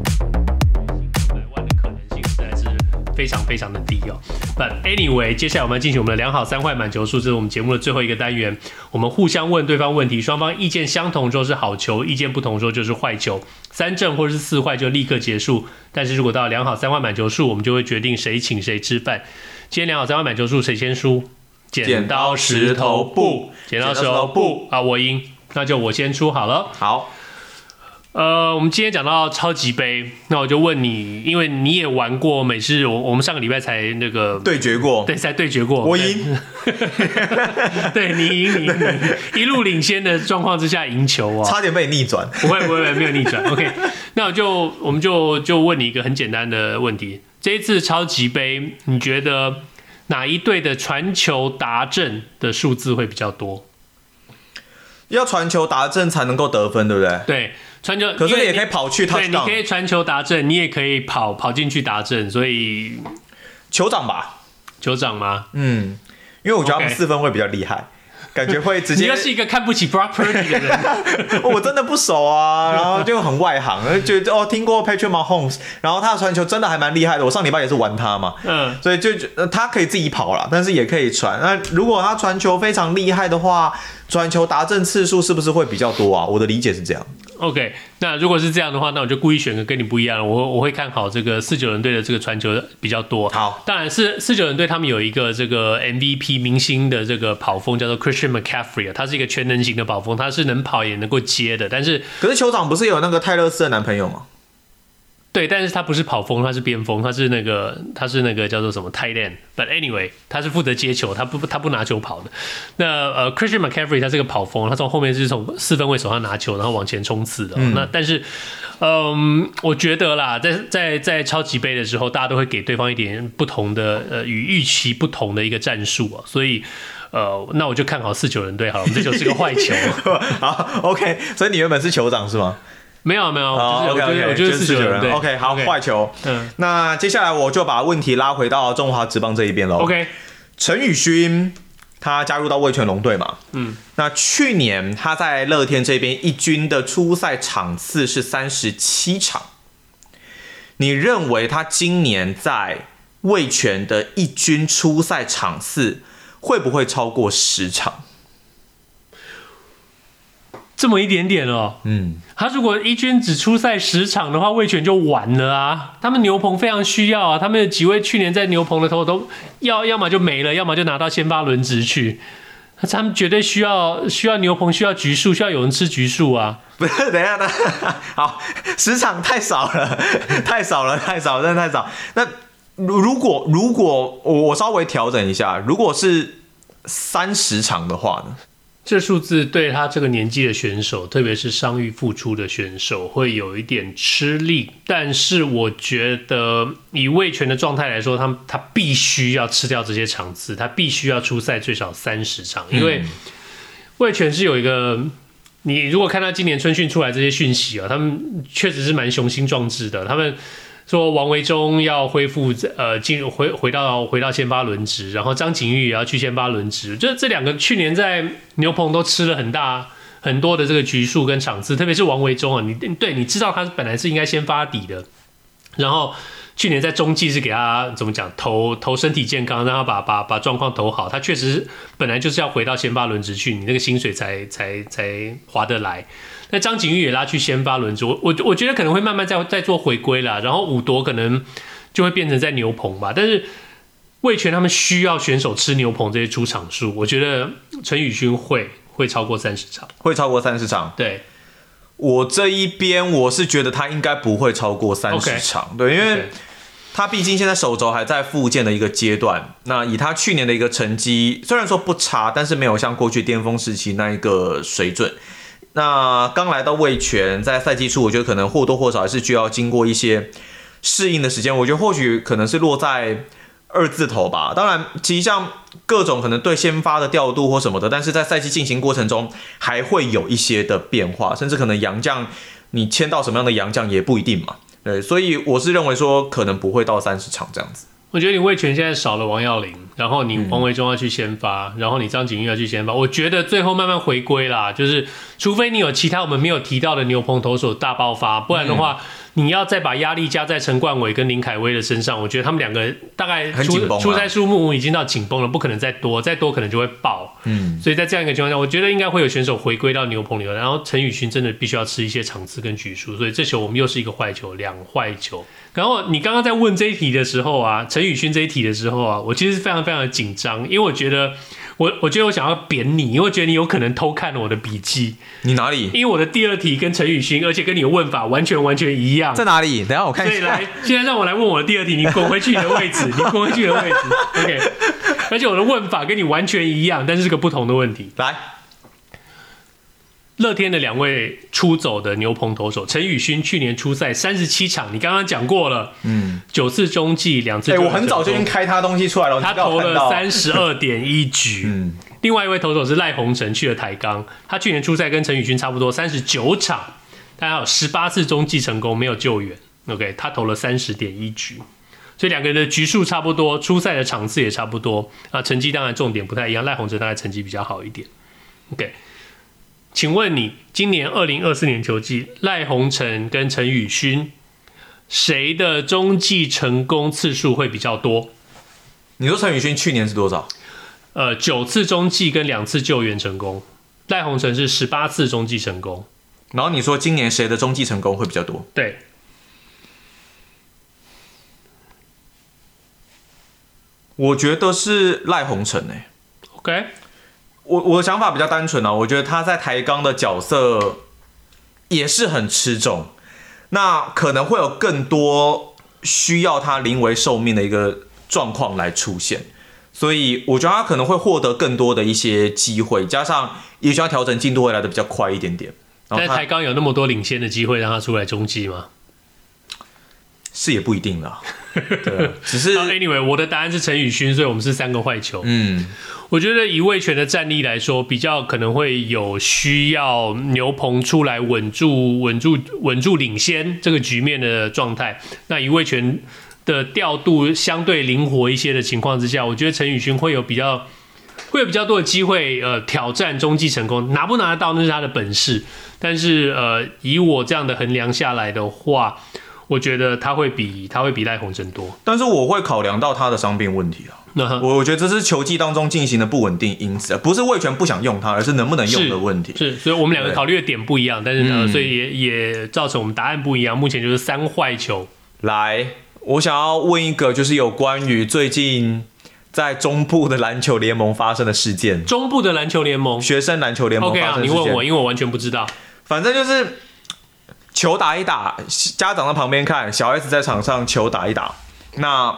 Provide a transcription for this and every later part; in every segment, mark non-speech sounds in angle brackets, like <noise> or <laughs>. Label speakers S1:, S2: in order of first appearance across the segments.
S1: But 百万的可能性实在是非常非常的低哦。But anyway，接下来我们进行我们的良好三坏满球数，这是我们节目的最后一个单元。我们互相问对方问题，双方意见相同之后是好球，意见不同之后就是坏球。三正或者是四坏就立刻结束。但是如果到良好三坏满球数，我们就会决定谁请谁吃饭。今天良好三坏满球数谁先输？
S2: 剪刀石头布
S1: 剪刀石头布啊，我赢，那就我先出好了。
S2: 好，
S1: 呃，我们今天讲到超级杯，那我就问你，因为你也玩过美式，我我们上个礼拜才那个
S2: 对决过，
S1: 对才对决过，
S2: 我赢，
S1: 对，对你赢你赢，你一路领先的状况之下赢球
S2: <laughs>
S1: 啊，
S2: 差点被你逆转。
S1: 不会不会不会没有逆转。OK，那我就我们就就问你一个很简单的问题，这一次超级杯，你觉得哪一队的传球达阵的数字会比较多？
S2: 要传球达阵才能够得分，对不对？
S1: 对，传球，
S2: 可是
S1: 因为
S2: 也可以跑去
S1: 对，你可
S2: touchdown，
S1: 以传球达阵，你也可以跑跑进去达阵，所以
S2: 酋长吧？
S1: 酋长吗？
S2: 嗯，因为我觉得他们
S1: OK
S2: 四分会比较厉害，感觉会直
S1: <laughs> 你
S2: 接
S1: 又。是一个看不起 Brock Purdy 的人，
S2: <laughs> 我真的不熟啊，然后就很外行，就哦听过 Patrick Mahomes，然后他的传球真的还蛮厉害的。我上礼拜也是玩他嘛，
S1: 嗯，
S2: 所以就觉呃他可以自己跑啦，但是也可以传。那如果他传球非常厉害的话，传球达阵次数是不是会比较多啊？我的理解是这样。
S1: OK，那如果是这样的话，那我就故意选个跟你不一样的，我我会看好这个四九人队的这个传球比较多。
S2: 好，
S1: 当然是四九人队他们有一个这个 MVP 明星的这个跑锋叫做 Christian McCaffrey，啊他是一个全能型的跑锋，他是能跑也能够接的，但是
S2: 可是酋长不是有那个泰勒斯的男朋友
S1: <laughs>
S2: 吗？
S1: 对，但是他不是跑锋，他是边锋，他是那个他是那个叫做什么 tight end。But anyway，他是负责接球，他不他不拿球跑的。那呃，Christian McCaffrey 他是个跑锋，他从后面是从四分位手上拿球，然后往前冲刺的哦、那但是，嗯，我觉得啦，在在在超级杯的时候，大家都会给对方一点不同的呃与预期不同的一个战术啊，所以。呃，那我就看好四九人队好了，我们这球是个坏
S2: <laughs>
S1: 球。
S2: 好，OK，所以你原本是酋长是吗？
S1: 没有没有，
S2: 好
S1: 我就是
S2: ，OK，
S1: 我
S2: OK，
S1: 觉得我觉得四九人队。
S2: OK，好，坏球。
S1: 嗯
S2: 那接下来我就把问题拉回到中华职棒这一边喽。
S1: ，OK，
S2: 陈宇勋他加入到味全龙队嘛，嗯，那去年他在乐天这边一军的初赛场次是三十七场，你认为他今年在味全的一军初赛场次会不会超过十场？ <laughs>
S1: 这么一点点哦。
S2: 嗯，
S1: 他如果一军只出赛十场的话，魏权就完了啊！他们牛棚非常需要啊，他们有几位去年在牛棚的头都要，要么就没了，要么就拿到先发轮值去。他们绝对需要需要牛棚，需要橘树，需要有人吃橘树啊！
S2: 不是，等一下， <laughs> 那好，十场太少了， <laughs> 太少了，太少了，真的太少。那如如果如果我我稍微调整一下，如果是三十场的话呢？
S1: 这数字对他这个年纪的选手，特别是伤愈复出的选手，会有一点吃力。但是我觉得，以魏权的状态来说，他们他必须要吃掉这些场次，他必须要出赛最少三十场，因为魏权是有一个。你如果看他今年春训出来这些讯息啊，他们确实是蛮雄心壮志的。他们说王维忠要恢复呃进入回回到回到先发轮值，然后张景玉也要去先发轮值，就是这两个去年在牛棚都吃了很大很多的这个局数跟场次，特别是王维忠啊，你对你知道他本来是应该先发底的，然后。去年在中继是给他怎么讲投投身体健康，让他把把把状况投好。他确实本来就是要回到先发轮值去，你那个薪水才才才划得来。那张景玉也拉去先发轮值，我我我觉得可能会慢慢再再做回归啦。然后五夺可能就会变成在牛棚吧，但是魏权他们需要选手吃牛棚这些出场数，我觉得陈宇勋会会超过三十场。
S2: 会超过三十场。
S1: 对，
S2: 我这一边我是觉得他应该不会超过三十
S1: OK
S2: 场对，因为
S1: 对
S2: 他毕竟现在手肘还在复健的一个阶段。那以他去年的一个成绩，虽然说不差，但是没有像过去巅峰时期那一个水准。那刚来到卫权，在赛季初，我觉得可能或多或少还是需要经过一些适应的时间。我觉得或许可能是落在二字头吧。当然，其实像各种可能对先发的调度或什么的，但是在赛季进行过程中还会有一些的变化，甚至可能杨将你签到什么样的洋将也不一定嘛。对，所以我是认为说可能不会到三十场这样子。
S1: 我觉得你魏权现在少了王耀林，然后
S2: 嗯
S1: 你王维忠要去先发，然后你张景玉要去先发，我觉得最后慢慢回归啦，就是除非你有其他我们没有提到的牛棚投手大爆发，不然的
S2: 嗯
S1: 话，你要再把压力加在陈冠伟跟林凯威的身上，我觉得他们两个大概
S2: 很
S1: 出
S2: 紧绷啊
S1: 出在数目已经到紧绷了，不可能再多，再多可能就会爆。
S2: 嗯，
S1: 所以在这样一个情况下，我觉得应该会有选手回归到牛棚里头，然后陈宇勋真的必须要吃一些场次跟局数，所以这球我们又是一个坏球，两坏球。然后你刚刚在问这一题的时候啊，陈宇勋这一题的时候啊，我其实非常非常的紧张，因为我觉得我我觉得我想要扁你，因为我觉得你有可能偷看了我的笔记，
S2: 你哪里
S1: 因为我的第二题跟陈宇勋，而且跟你的问法完全完全一样。
S2: 在哪里？等一下我看
S1: 所
S2: 一
S1: 以
S2: 下
S1: 来。，现在让我来问我的第二题，你滚回去你的位置，你滚回去你的位置，OK。而且我的问法跟你完全一样，但是是个不同的问题。
S2: <laughs> 来，
S1: 乐天的两位出走的牛棚投手陈宇勋，去年出赛三十七场，你刚刚讲过了，
S2: 嗯，
S1: 九次中继，两次
S2: 哎、
S1: 中
S2: 我
S1: 继成功、
S2: 很早就已经开他东西出来了，
S1: 他
S2: 你刚好
S1: 投
S2: 看
S1: 了
S2: 到
S1: 三十二点一局。
S2: <laughs> 嗯
S1: 另外一位投手是赖鸿成，去了台钢，他去年出赛跟陈宇勋差不多，三十九场，但他有十八次中继成功，没有救援。OK，他投了三十点一局，所以两个人的局数差不多，出赛的场次也差不多。那成绩当然重点不太一样，赖鸿成大概成绩比较好一点。OK，请问你今年二零二四年球季，赖鸿成跟陈宇勋谁的中继成功次数会比较多？
S2: 你说陈宇勋去年是多少？
S1: 呃，九次中继跟两次救援成功，赖鸿成是十八次中继成功。
S2: 然后你说今年谁的中继成功会比较多？
S1: 对，
S2: 我觉得是赖鸿成欸诶、
S1: OK，
S2: 我我的想法比较单纯啊，我觉得他在台钢的角色也是很吃重，那可能会有更多需要他临危受命的一个状况来出现，所以我觉得他可能会获得更多的一些机会，加上也许他调整进度会来的比较快一点点。然
S1: 在
S2: 后他
S1: 台钢有那么多领先的机会让他出来中继吗？
S2: 是也不一
S1: <laughs>
S2: 定啦，对啊，只
S1: 啊
S2: 是
S1: ，Anyway，我的答案是陈宇勋，所以我们是三个坏球。
S2: 嗯，
S1: 我觉得以卫权的战力来说，比较可能会有需要牛棚出来稳住、稳住、稳住领先这个局面的状态。那以卫权的调度相对灵活一些的情况之下，我觉得陈宇勋会有比较。 <laughs> 会有比较多的机会，呃，挑战中继成功，拿不拿得到那是他的本事。但是，呃，以我这样的衡量下来的话，我觉得他会比他会比赖鸿成多。
S2: 但是我会考量到他的伤病问题啊。
S1: 那他
S2: 我我觉得这是球技当中进行的不稳定因子啊，不是魏权不想用他，而是能不能用的问题。
S1: 是，所以我们两个
S2: 对
S1: 考虑的点不一样，但是呢，
S2: 嗯
S1: 所以也也造成我们答案不一样。目前就是三坏球，
S2: 嗯来，我想要问一个，就是有关于最近在中部的篮球联盟发生的事件，
S1: 中部的篮球联盟。
S2: 学生篮球联盟
S1: OK
S2: 发
S1: 啊，
S2: 生的
S1: 你
S2: 事件。
S1: 问我，因为我完全不知道。
S2: 反正就是球打一打，家长在旁边看，小 S 在场上球打一打。那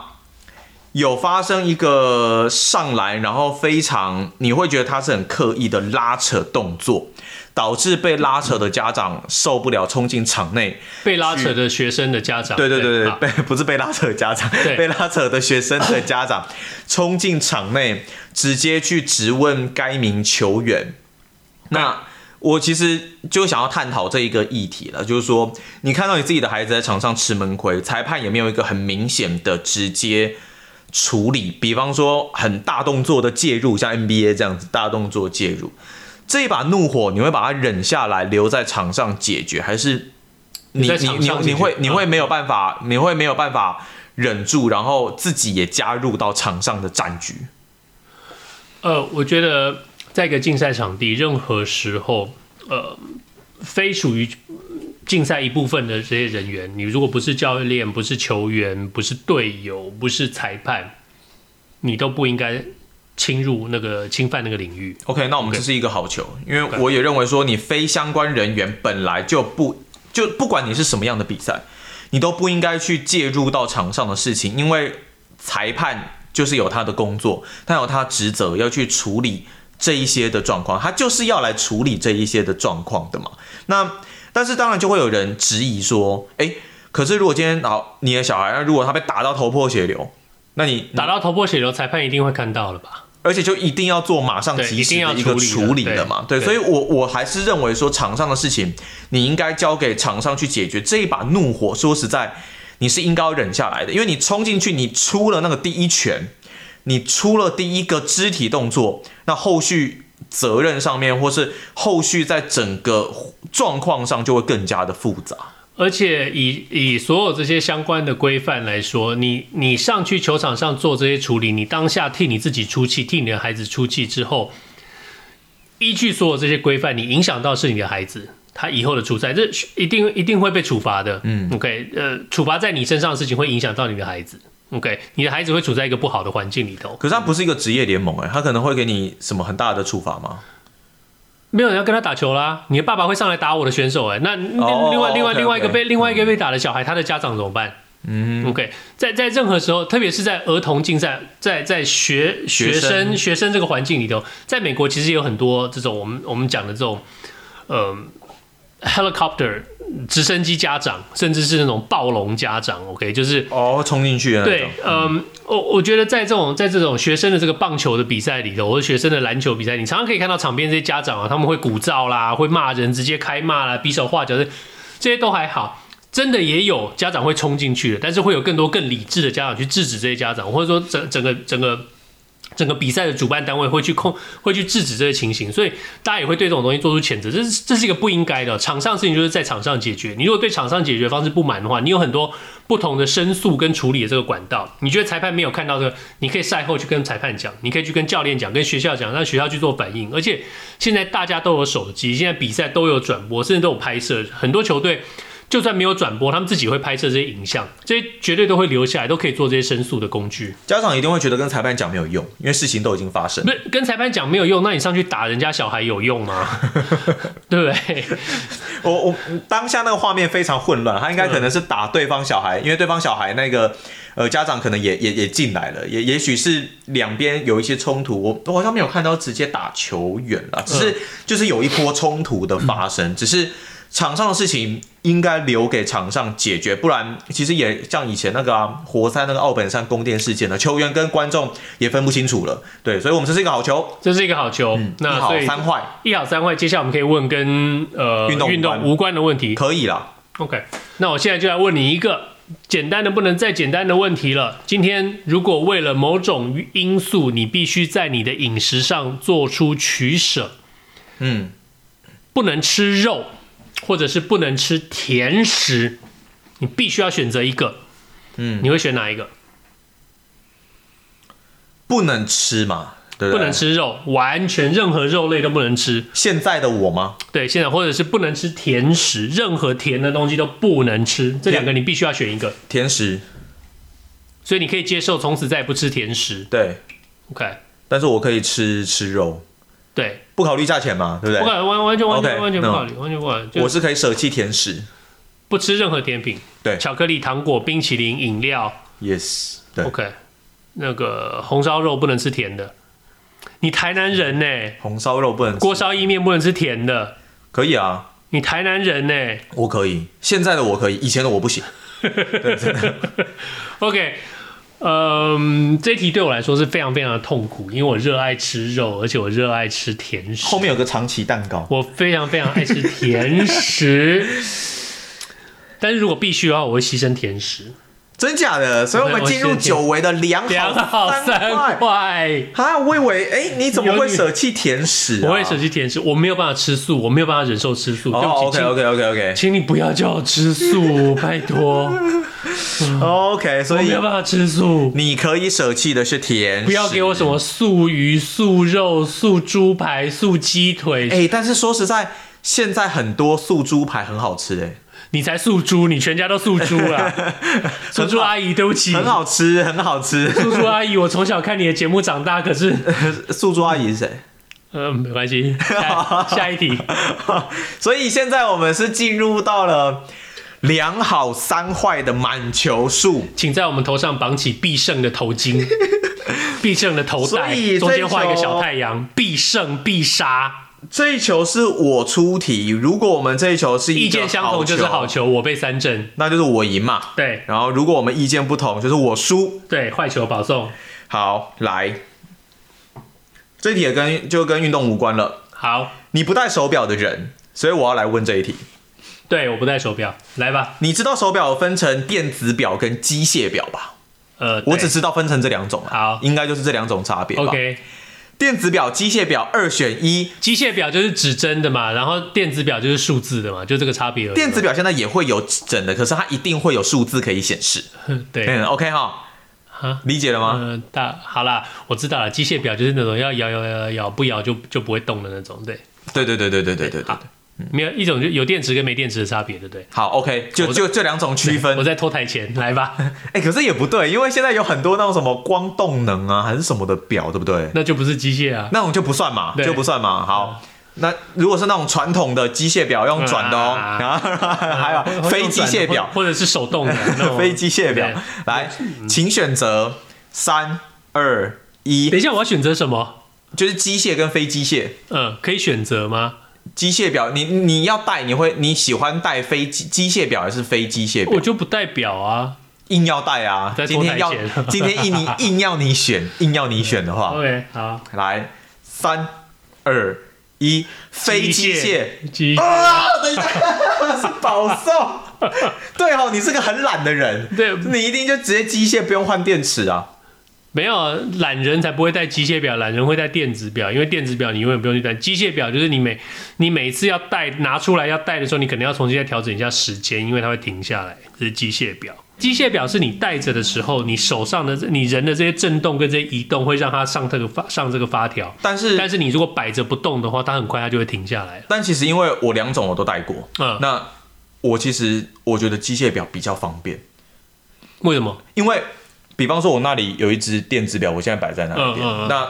S2: 有发生一个上篮，然后非常你会觉得他是很刻意的拉扯动作，导致被拉扯的家长受不了，冲进场内。
S1: 被拉扯的学生的家长，
S2: 对对对对，
S1: 好
S2: 被不是被拉扯的家长，
S1: 对
S2: <laughs> 被拉扯的学生的家长冲进场内，直接去质问该名球员。那我其实就想要探讨这一个议题了，就是说，你看到你自己的孩子在场上吃闷亏，裁判也没有一个很明显的直接处理，比方说很大动作的介入，像 NBA 这样子大动作介入，这一把怒火你会把它忍下来，留在场上解决，还是你
S1: 在
S2: 你
S1: 场
S2: 你
S1: 上
S2: 你
S1: 解决
S2: 会你会
S1: 嗯
S2: 没有办法，你会没有办法忍住，然后自己也加入到场上的战局？
S1: 呃，我觉得在一个竞赛场地，任何时候，呃，非属于竞赛一部分的这些人员，你如果不是教练、不是球员、不是队友、不是裁判，你都不应该侵入那个侵犯那个领域。
S2: OK，那我们这是一个好球，因为我也认为说你非相关人员本来就不就不管你是什么样的比赛，你都不应该去介入到场上的事情，因为裁判就是有他的工作，他有他职责要去处理这一些的状况，他就是要来处理这一些的状况的嘛。那但是当然就会有人质疑说，诶，可是如果今天好，你的小孩，那如果他被打到头破血流，那你
S1: 打到头破血流，裁判一定会看到了吧？
S2: 而且就一定要做马上
S1: 对
S2: 及
S1: 一
S2: 时
S1: 定要
S2: 的一个
S1: 处理的
S2: 处理的嘛，
S1: 对
S2: 对，
S1: 对
S2: 所以我我还是认为说场上的事情，你应该交给场上去解决。这一把怒火，说实在，你是应该要忍下来的，因为你冲进去，你出了那个第一拳，你出了第一个肢体动作，那后续责任上面，或是后续在整个状况上就会更加的复杂。
S1: 而且以以所有这些相关的规范来说，你你上去球场上做这些处理，你当下替你自己出气，替你的孩子出气之后，依据所有这些规范，你影响到是你的孩子，他以后的处在这一定一定会被处罚的。嗯，OK，呃，处罚在你身上的事情会影响到你的孩子。OK，你的孩子会处在一个不好的环境里头，
S2: 可是它不是一个职业联盟、欸，哎，它可能会给你什么很大的处罚吗？
S1: 没有人要跟他打球啦。你的爸爸会上来打我的选手、哎，那那
S2: 哦
S1: 另外、另外
S2: OK，OK 嗯
S1: 另外一个被另外一个被打的小孩，他的家长怎么办？嗯，OK，在在任何时候，特别是在儿童竞赛，在在学学
S2: 学生
S1: 生学生这个环境里头，在美国其实也有很多这种我们我们讲的这种，呃，helicopter 直升机家长，甚至是那种暴龙家长，OK，就是
S2: 哦，冲进去的那种
S1: 对，嗯，我我觉得在这种在这种学生的这个棒球的比赛里头，或者学生的篮球比赛，你常常可以看到场边这些家长啊，他们会鼓噪啦，会骂人，直接开骂啦，比手画脚的，这些都还好。真的也有家长会冲进去的，但是会有更多更理智的家长去制止这些家长，或者说整整个整个整个比赛的主办单位会去控，会去制止这些情形，所以大家也会对这种东西做出谴责，这是这是一个不应该的。场上事情就是在场上解决，你如果对场上解决方式不满的话，你有很多不同的申诉跟处理的这个管道。你觉得裁判没有看到这个，你可以赛后去跟裁判讲，你可以去跟教练讲，跟学校讲，让学校去做反应。而且现在大家都有手机，现在比赛都有转播，甚至都有拍摄，很多球队。就算没有转播，他们自己会拍摄这些影像，这些绝对都会留下来，都可以做这些申诉的工具。
S2: 家长一定会觉得跟裁判讲没有用，因为事情都已经发生
S1: 不。是跟裁判讲没有用，那你上去打人家小孩有用吗？ <laughs> 对不对？
S2: 我我当下那个画面非常混乱，他应该可能是打对方小孩，因为对方小孩那个呃家长可能也也也进来了，也也许是两边有一些冲突。我我好像没有看到直接打球员
S1: 嗯
S2: 了，只是就是有一波冲突的发生，只是。场上的事情应该留给场上解决，不然其实也像以前那个啊，活塞那个奥本山宫殿事件了，球员跟观众也分不清楚了。对，所以我们这是一个好球，
S1: 这是一个好球。
S2: 嗯一
S1: 那
S2: 好
S1: 所以
S2: 三坏，
S1: 一好三坏，接下来我们可以问跟呃
S2: 运动无关
S1: 无关的问题。
S2: 可以啦。
S1: OK，那我现在就来问你一个简单的不能再简单的问题了。今天如果为了某种因素，你必须在你的饮食上做出取舍，
S2: 嗯，
S1: 不能吃肉，或者是不能吃甜食，你必须要选择一个。嗯，你会选哪一个？
S2: 不能吃嘛，对不
S1: 不
S2: 对？
S1: 能。吃肉，完全任何肉类都不能吃。
S2: 现在的我吗？
S1: 对，现在或者是不能吃甜食，任何甜的东西都不能吃。这两个你必须要选一个，
S2: 甜食，
S1: 所以你可以接受从此再也不吃甜食。
S2: 对，
S1: OK，
S2: 但是我可以吃吃肉，
S1: 对，
S2: 不考虑价钱嘛，对不
S1: 不
S2: 对？
S1: 考完完全完全
S2: OK，
S1: 完全不
S2: 那
S1: 考虑，完全不考虑，就
S2: 我是可以舍弃甜食
S1: 不吃任何甜品，
S2: 对
S1: 巧克力、糖果、冰淇淋、饮料。
S2: ，yes，对，
S1: OK，那个红烧肉不能吃甜的。你台南人呢、
S2: 红烧肉不能吃，
S1: 锅烧意面不能吃甜的。
S2: 可以啊，
S1: 你台南人呢、
S2: 我可以，现在的我可以，以前的我不行。
S1: OK，嗯，这题对我来说是非常非常的痛苦，因为我热爱吃肉，而且我热爱吃甜食
S2: 后。面有个长崎蛋糕，
S1: 我非常非常爱吃甜
S2: <laughs>
S1: 食，但是如果必须的话，我会牺牲甜食。
S2: 真假的？所以我们进入久违的良
S1: 两好
S2: 好
S1: 三
S2: 三块。
S1: 块，
S2: 啊，我以为，哎，你怎么会舍弃甜食、啊？
S1: 我会舍。弃甜食，我没有办法吃素，我没有办法忍受吃素。
S2: 哦
S1: 对不起，
S2: ，OK
S1: 请
S2: OK OK OK
S1: 请你不要叫我吃
S2: <laughs>
S1: 素，拜托，我
S2: 哦 OK，所
S1: 没
S2: 以
S1: 有办法吃素。
S2: 你可以舍弃的是甜食，
S1: 不要给我什么素鱼、素肉、素猪排、素鸡腿，
S2: 哎、但是说实在，现在很多素猪排很好吃、哎
S1: 你才素猪，你全家都素猪
S2: <laughs>
S1: 啦！素猪阿姨，对不起，
S2: 哎，很。好吃，很好吃。 <laughs>
S1: 素猪阿姨，我从小看你的节目长大，可是， <laughs>
S2: 素猪阿姨是谁？
S1: 呃，没关系，下
S2: <laughs>
S1: 下一题，
S2: 所以现在我们是进入到了两好三坏的满球数，
S1: 请在我们头上绑起必胜的头
S2: <laughs>
S1: 巾，必胜的头
S2: 所
S1: 带，
S2: 以
S1: 中间画一个
S2: 这一球
S1: 小太阳，必胜必杀，
S2: 这一球是我出题，如果我们这一球是
S1: 意
S2: 一个
S1: 见相同就是好，球，我被三振，
S2: 那就是我赢嘛。
S1: 对
S2: 然后如果我们意见不同，就是我输。
S1: 对，坏球保送，
S2: 好，来，这一题也跟就跟运动无关了。
S1: 好，
S2: 你不戴手表的人，所以我要来问这一题。
S1: 对，我不戴手表，来吧。
S2: 你知道手表分成电子表跟机械表吧？
S1: 呃，
S2: 我只
S1: 对
S2: 知道分成这两种啊
S1: 好
S2: 应该就是这两种差别吧。
S1: OK，
S2: 电子表、机械表二选一。
S1: 机械表就是指针的嘛，然后电子表就是数字的嘛，就这个差别而已。
S2: 电子表现在也会有整的，可是它一定会有数字可以显示。
S1: <laughs> 对，
S2: 嗯，OK 哈
S1: 哈，
S2: 理解了吗？
S1: 嗯，大好啦，我知道了，机械表就是那种要摇摇摇摇摇，不摇就就不会动的那种。对，
S2: 对对对对对对对对
S1: 好。
S2: 嗯
S1: 没有一种就有电池跟没电池的差别，对不对？
S2: 好，OK，就
S1: 我
S2: 就这两种区分
S1: 我。在偷台前，来
S2: <laughs>
S1: 吧，
S2: 哎、可是也不对，因为现在有很多那种什么光动能啊，还是什么的表，对不对？
S1: 那就不是机械 <laughs> 啊。
S2: 那种就不算嘛，
S1: 对
S2: 就不算嘛。好，那如果是那种传统的机械表，用转的哦，
S1: 啊
S2: 然后 <laughs> 还有非机械表
S1: 或、或者是手动嗯
S2: <laughs>
S1: 的嗯那种
S2: 非机械表
S1: 对，
S2: 来，请选择三二
S1: 等
S2: 一，
S1: 一下，我要选择什么？
S2: 就是机械跟非机械。
S1: 嗯，可以选择吗？
S2: 机械表，你你要戴，你会你喜欢戴非机机械表还是非机械
S1: 我
S2: 表？
S1: 就不戴表啊。
S2: 硬要戴啊！
S1: 在
S2: 今天要
S1: 拖台前
S2: <laughs> 今天硬
S1: <laughs>
S2: 你硬要你选，硬要你选的话，
S1: OK，好，
S2: 来，三二一，非机械
S1: 机
S2: <laughs> 啊！等
S1: <laughs>
S2: 一下，是保送。对哦，你是个很懒的人，
S1: 对
S2: 你一定就直接机械，不用换电池啊。
S1: 没有懒人才不会带机械表，懒人会带电子表，因为电子表你永远不用去带，机械表就是你每你每一次要带拿出来要带的时候，你可能要重新再调整一下时间，因为它会停下来，这是机械表。机械表是你戴着的时候，你手上的你人的这些震动跟这些移动会让它上这个发上这个发条，
S2: 但是
S1: 但是你如果摆着不动的话，它很快它就会停下来了。
S2: 但其实因为我两种我都戴过，
S1: 嗯，
S2: 那我其实我觉得机械表比较方便，
S1: 为什么？
S2: 因为比方说我那里有一只电子表，我现在摆在那边，
S1: 嗯嗯嗯
S2: 那。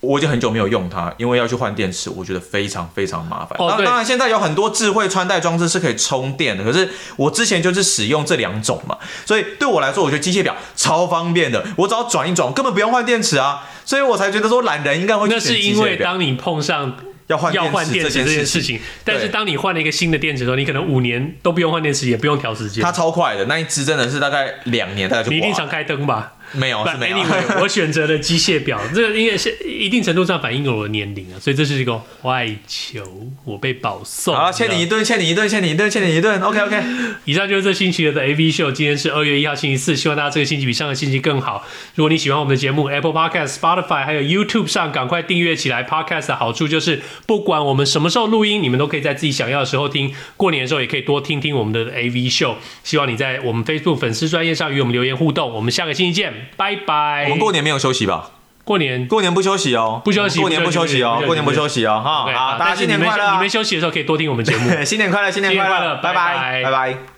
S2: 我已经很久没有用它，因为要去换电池，我觉得非常非常麻烦。
S1: 哦
S2: 当
S1: 对
S2: 当然，现在有很多智慧穿戴装置是可以充电的，可是我之前就是使用这两种嘛，所以对我来说，我觉得机械表超方便的，我只要转一转，我根本不用换电池啊，所以我才觉得说懒人应该会去
S1: 那
S2: 选
S1: 是
S2: 机
S1: 因为
S2: 械表，
S1: 当你碰上
S2: 要换
S1: 要换
S2: 电
S1: 电池
S2: 池
S1: 这
S2: 这
S1: 件事
S2: 件事情，
S1: 情，但是
S2: 对
S1: 当你换了一个新的电池的时候，你可能五年都不用换电池，也不用调时间
S2: 它。超快的，那一只真的是大概两年大概就
S1: 你一定
S2: 挂
S1: 想
S2: 了，
S1: 开灯吧？
S2: 没有啊哦是
S1: 但
S2: 没有。 <laughs>
S1: anyway，我选择了机械表，这个因为是一定程度上反映了我的年龄啊，所以这是一个坏球，我被保送。
S2: 好了，欠你一顿，欠你一顿，欠你一顿，欠你一顿。OK OK，
S1: 以上就是这星期的 AV 秀，今天是二月一号星期四，希望大家这个星期比上个星期更好。如果你喜欢我们的节目，Apple Podcast、Spotify 还有 YouTube 上赶快订阅起来。Podcast 的好处就是，不管我们什么时候录音，你们都可以在自己想要的时候听。过年的时候也可以多听听我们的 AV 秀。希望你在我们 Facebook 粉丝专业上与我们留言互动。我们下个星期见，拜拜。
S2: 我们过年没有休息吧？
S1: 过年
S2: 过年不休息哦，
S1: 不休息
S2: 过年不休息哦，
S1: 不休息
S2: 过年不休息哦，哈
S1: OK，
S2: 好，大家
S1: 但是
S2: 新年
S1: 你们
S2: 快乐
S1: 你
S2: 啊
S1: 们！休息的时候可以多听我们节目。
S2: 新年快乐，新年快
S1: 新年快
S2: 乐，
S1: 乐拜
S2: 拜拜，
S1: 拜
S2: 拜拜。